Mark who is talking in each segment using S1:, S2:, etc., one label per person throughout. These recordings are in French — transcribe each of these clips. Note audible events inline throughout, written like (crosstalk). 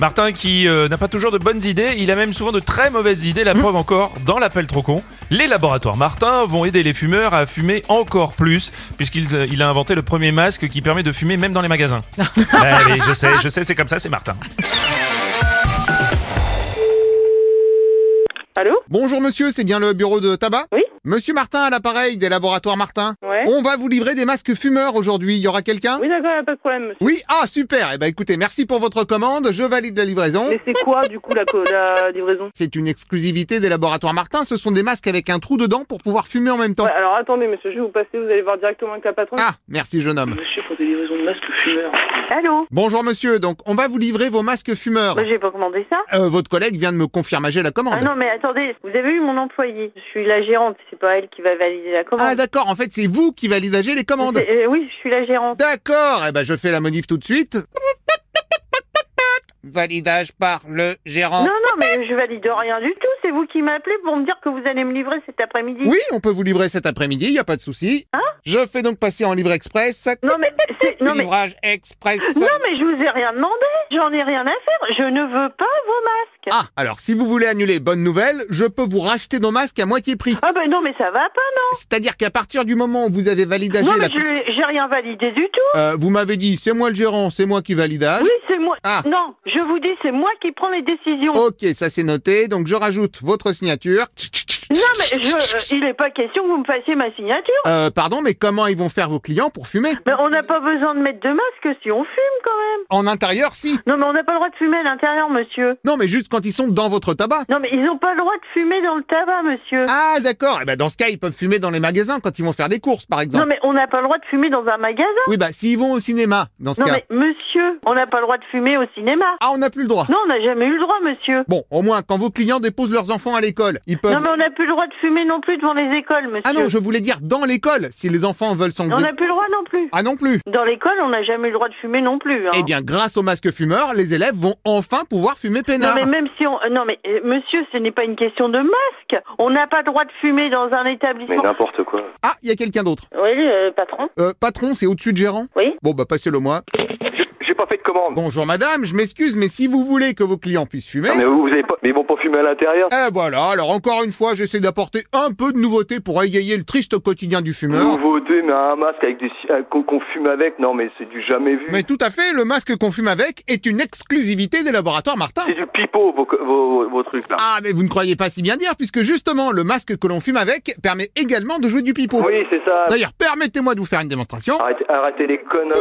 S1: Martin qui euh, n'a pas toujours de bonnes idées, il a même souvent de très mauvaises idées. La preuve encore, dans l'appel trop con, les laboratoires Martin vont aider les fumeurs à fumer encore plus, puisqu'il euh, il a inventé le premier masque qui permet de fumer même dans les magasins. Allez, je sais, je sais, c'est comme ça, c'est Martin.
S2: Allô
S3: Bonjour monsieur, c'est bien le bureau de tabac
S2: Oui.
S3: Monsieur Martin à l'appareil des laboratoires Martin.
S2: Ouais.
S3: On va vous livrer des masques fumeurs aujourd'hui. Y aura quelqu'un
S2: Oui, d'accord, y a pas de problème. monsieur.
S3: Oui, ah super. Eh ben écoutez, merci pour votre commande, je valide la livraison.
S2: Mais c'est quoi, du coup, la, co- la livraison
S3: C'est une exclusivité des laboratoires Martin, ce sont des masques avec un trou dedans pour pouvoir fumer en même temps.
S2: Ouais, Alors attendez, monsieur, je vais vous passer, vous allez voir directement avec la patronne.
S3: Ah, merci jeune homme.
S2: Monsieur, pour des livraisons de masques fumeurs. Allô
S3: Bonjour monsieur, donc on va vous livrer vos masques fumeurs.
S2: Bah,
S4: Moi, j'ai pas commandé ça.
S3: Euh, votre collègue vient de me confirmager la commande.
S4: Ah non, mais attendez, vous avez eu mon employé. Je suis la gérante, c'est pas elle qui va valider la
S3: Ah,
S4: commande.
S3: d'accord, en fait c'est vous qui validagez les commandes.
S4: C'est- euh, oui, je suis la gérante.
S3: D'accord, eh ben je fais la manif tout de suite. Validage par le gérant.
S4: Non, non, mais je valide rien du tout. C'est vous qui m'appelez pour me dire que vous allez me livrer cet après-midi.
S3: Oui, on peut vous livrer cet après-midi, il a pas de souci. je fais donc passer en livre express.
S4: Ah Non, mais c'est- non, mais
S3: Livrage express.
S4: non, mais je vous ai rien demandé. J'en ai rien à faire. Je ne veux pas vos masques.
S3: Ah, alors si vous voulez annuler, bonne nouvelle, je peux vous racheter nos masques à moitié prix.
S4: Ah ben non, mais ça va pas,
S3: C'est-à-dire qu'à partir du moment où vous avez validagé
S4: non. Non,
S3: la...
S4: mais je- j'ai rien validé du tout.
S3: Euh, vous m'avez dit, c'est moi le gérant, c'est moi qui validage.
S4: Oui, c'est moi.
S3: Ah. Oh.
S4: Non, je vous dis, c'est moi qui prends les décisions.
S3: Ok, ça c'est noté, donc je rajoute votre signature.
S4: Non, mais je, euh, il est pas question que vous me fassiez ma signature.
S3: Euh, pardon, mais comment ils vont faire vos clients pour fumer
S4: Mais on n'a pas besoin de mettre de masque si on fume quand même.
S3: En intérieur, si.
S4: Non, mais on n'a pas le droit de fumer à l'intérieur, monsieur.
S3: Non, mais juste quand ils sont dans votre tabac.
S4: Non, mais ils n'ont pas le droit de fumer dans le tabac, monsieur.
S3: Ah, d'accord. Eh ben, dans ce cas, ils peuvent fumer dans les magasins quand ils vont faire des courses, par
S4: non,
S3: exemple.
S4: mais on n'a pas le droit de fumer dans un magasin.
S3: Oui, bah, s'ils vont au cinéma, dans ce
S4: Non,
S3: cas.
S4: mais monsieur, on n'a pas le droit de fumer au cinéma.
S3: Ah, on n'a plus le droit.
S4: Non, on n'a jamais eu le droit, monsieur.
S3: Bon, au moins, quand vos clients déposent leurs enfants à l'école, ils peuvent.
S4: Non, mais on n'a plus le droit de fumer non plus devant les écoles, monsieur.
S3: Ah non, je voulais dire dans l'école, si les enfants veulent
S4: On
S3: s'engueuler.
S4: n'a plus le droit non plus.
S3: Ah non plus.
S4: Dans l'école, on n'a jamais eu le droit de fumer non plus. hein.
S3: Eh bien, grâce aux masques fumeurs, les élèves vont enfin pouvoir fumer
S4: Non
S3: peinard.
S4: mais même si on euh, non mais euh, monsieur ce n'est pas une question de masque on n'a pas le droit de fumer dans un établissement
S5: n'importe quoi.
S3: Ah, il y a quelqu'un d'autre.
S4: oui le patron
S3: Euh, patron, c'est au-dessus de gérant
S4: Oui.
S3: Bon, bah, passez-le moi.
S5: J'ai pas fait de commande.
S3: Bonjour madame, je m'excuse, mais si vous voulez que vos clients puissent fumer.
S5: Non, mais vous, vous avez pas... Mais ils vont pas fumer à l'intérieur
S3: Eh voilà, alors encore une fois, j'essaie d'apporter un peu de nouveauté pour égayer le triste quotidien du fumeur.
S5: Nouveauté, mais un masque avec des... ci- euh, qu'on qu'on fume avec, non mais c'est du jamais vu.
S3: Mais tout à fait, le masque qu'on fume avec est une exclusivité des laboratoires Martin.
S5: C'est du pipeau, vos, co- vos, vos trucs là.
S3: Ah, mais vous ne croyez pas si bien dire, puisque justement, le masque que l'on fume avec permet également de jouer du pipeau.
S5: Oui, c'est ça.
S3: D'ailleurs, permettez-moi de vous faire une démonstration.
S5: Arrêtez, arrêtez les conneries.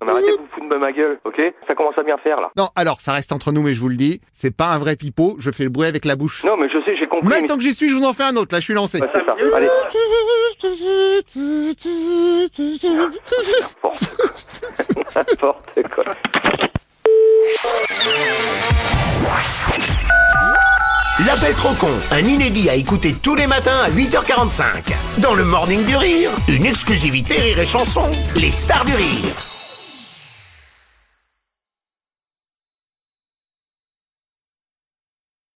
S5: Non, mais arrêtez de vous foutre de ma gueule, ok Ça commence à bien faire là.
S3: Non, alors, ça reste entre nous, mais je vous le dis, c'est pas un vrai pipeau, je fais le bruit avec la bouche.
S5: Non, mais je sais, j'ai compris.
S3: Mais
S5: mais-
S3: tant que j'y suis, je vous en fais un autre, là, je suis lancé.
S5: Ouais, c'est ça. Allez,
S3: (laughs)
S5: (laughs) n'importe quoi.
S6: L'appel trop con, un inédit à écouter tous les matins à 8h45. Dans le Morning du Rire, une exclusivité Rire et Chanson, les stars du rire.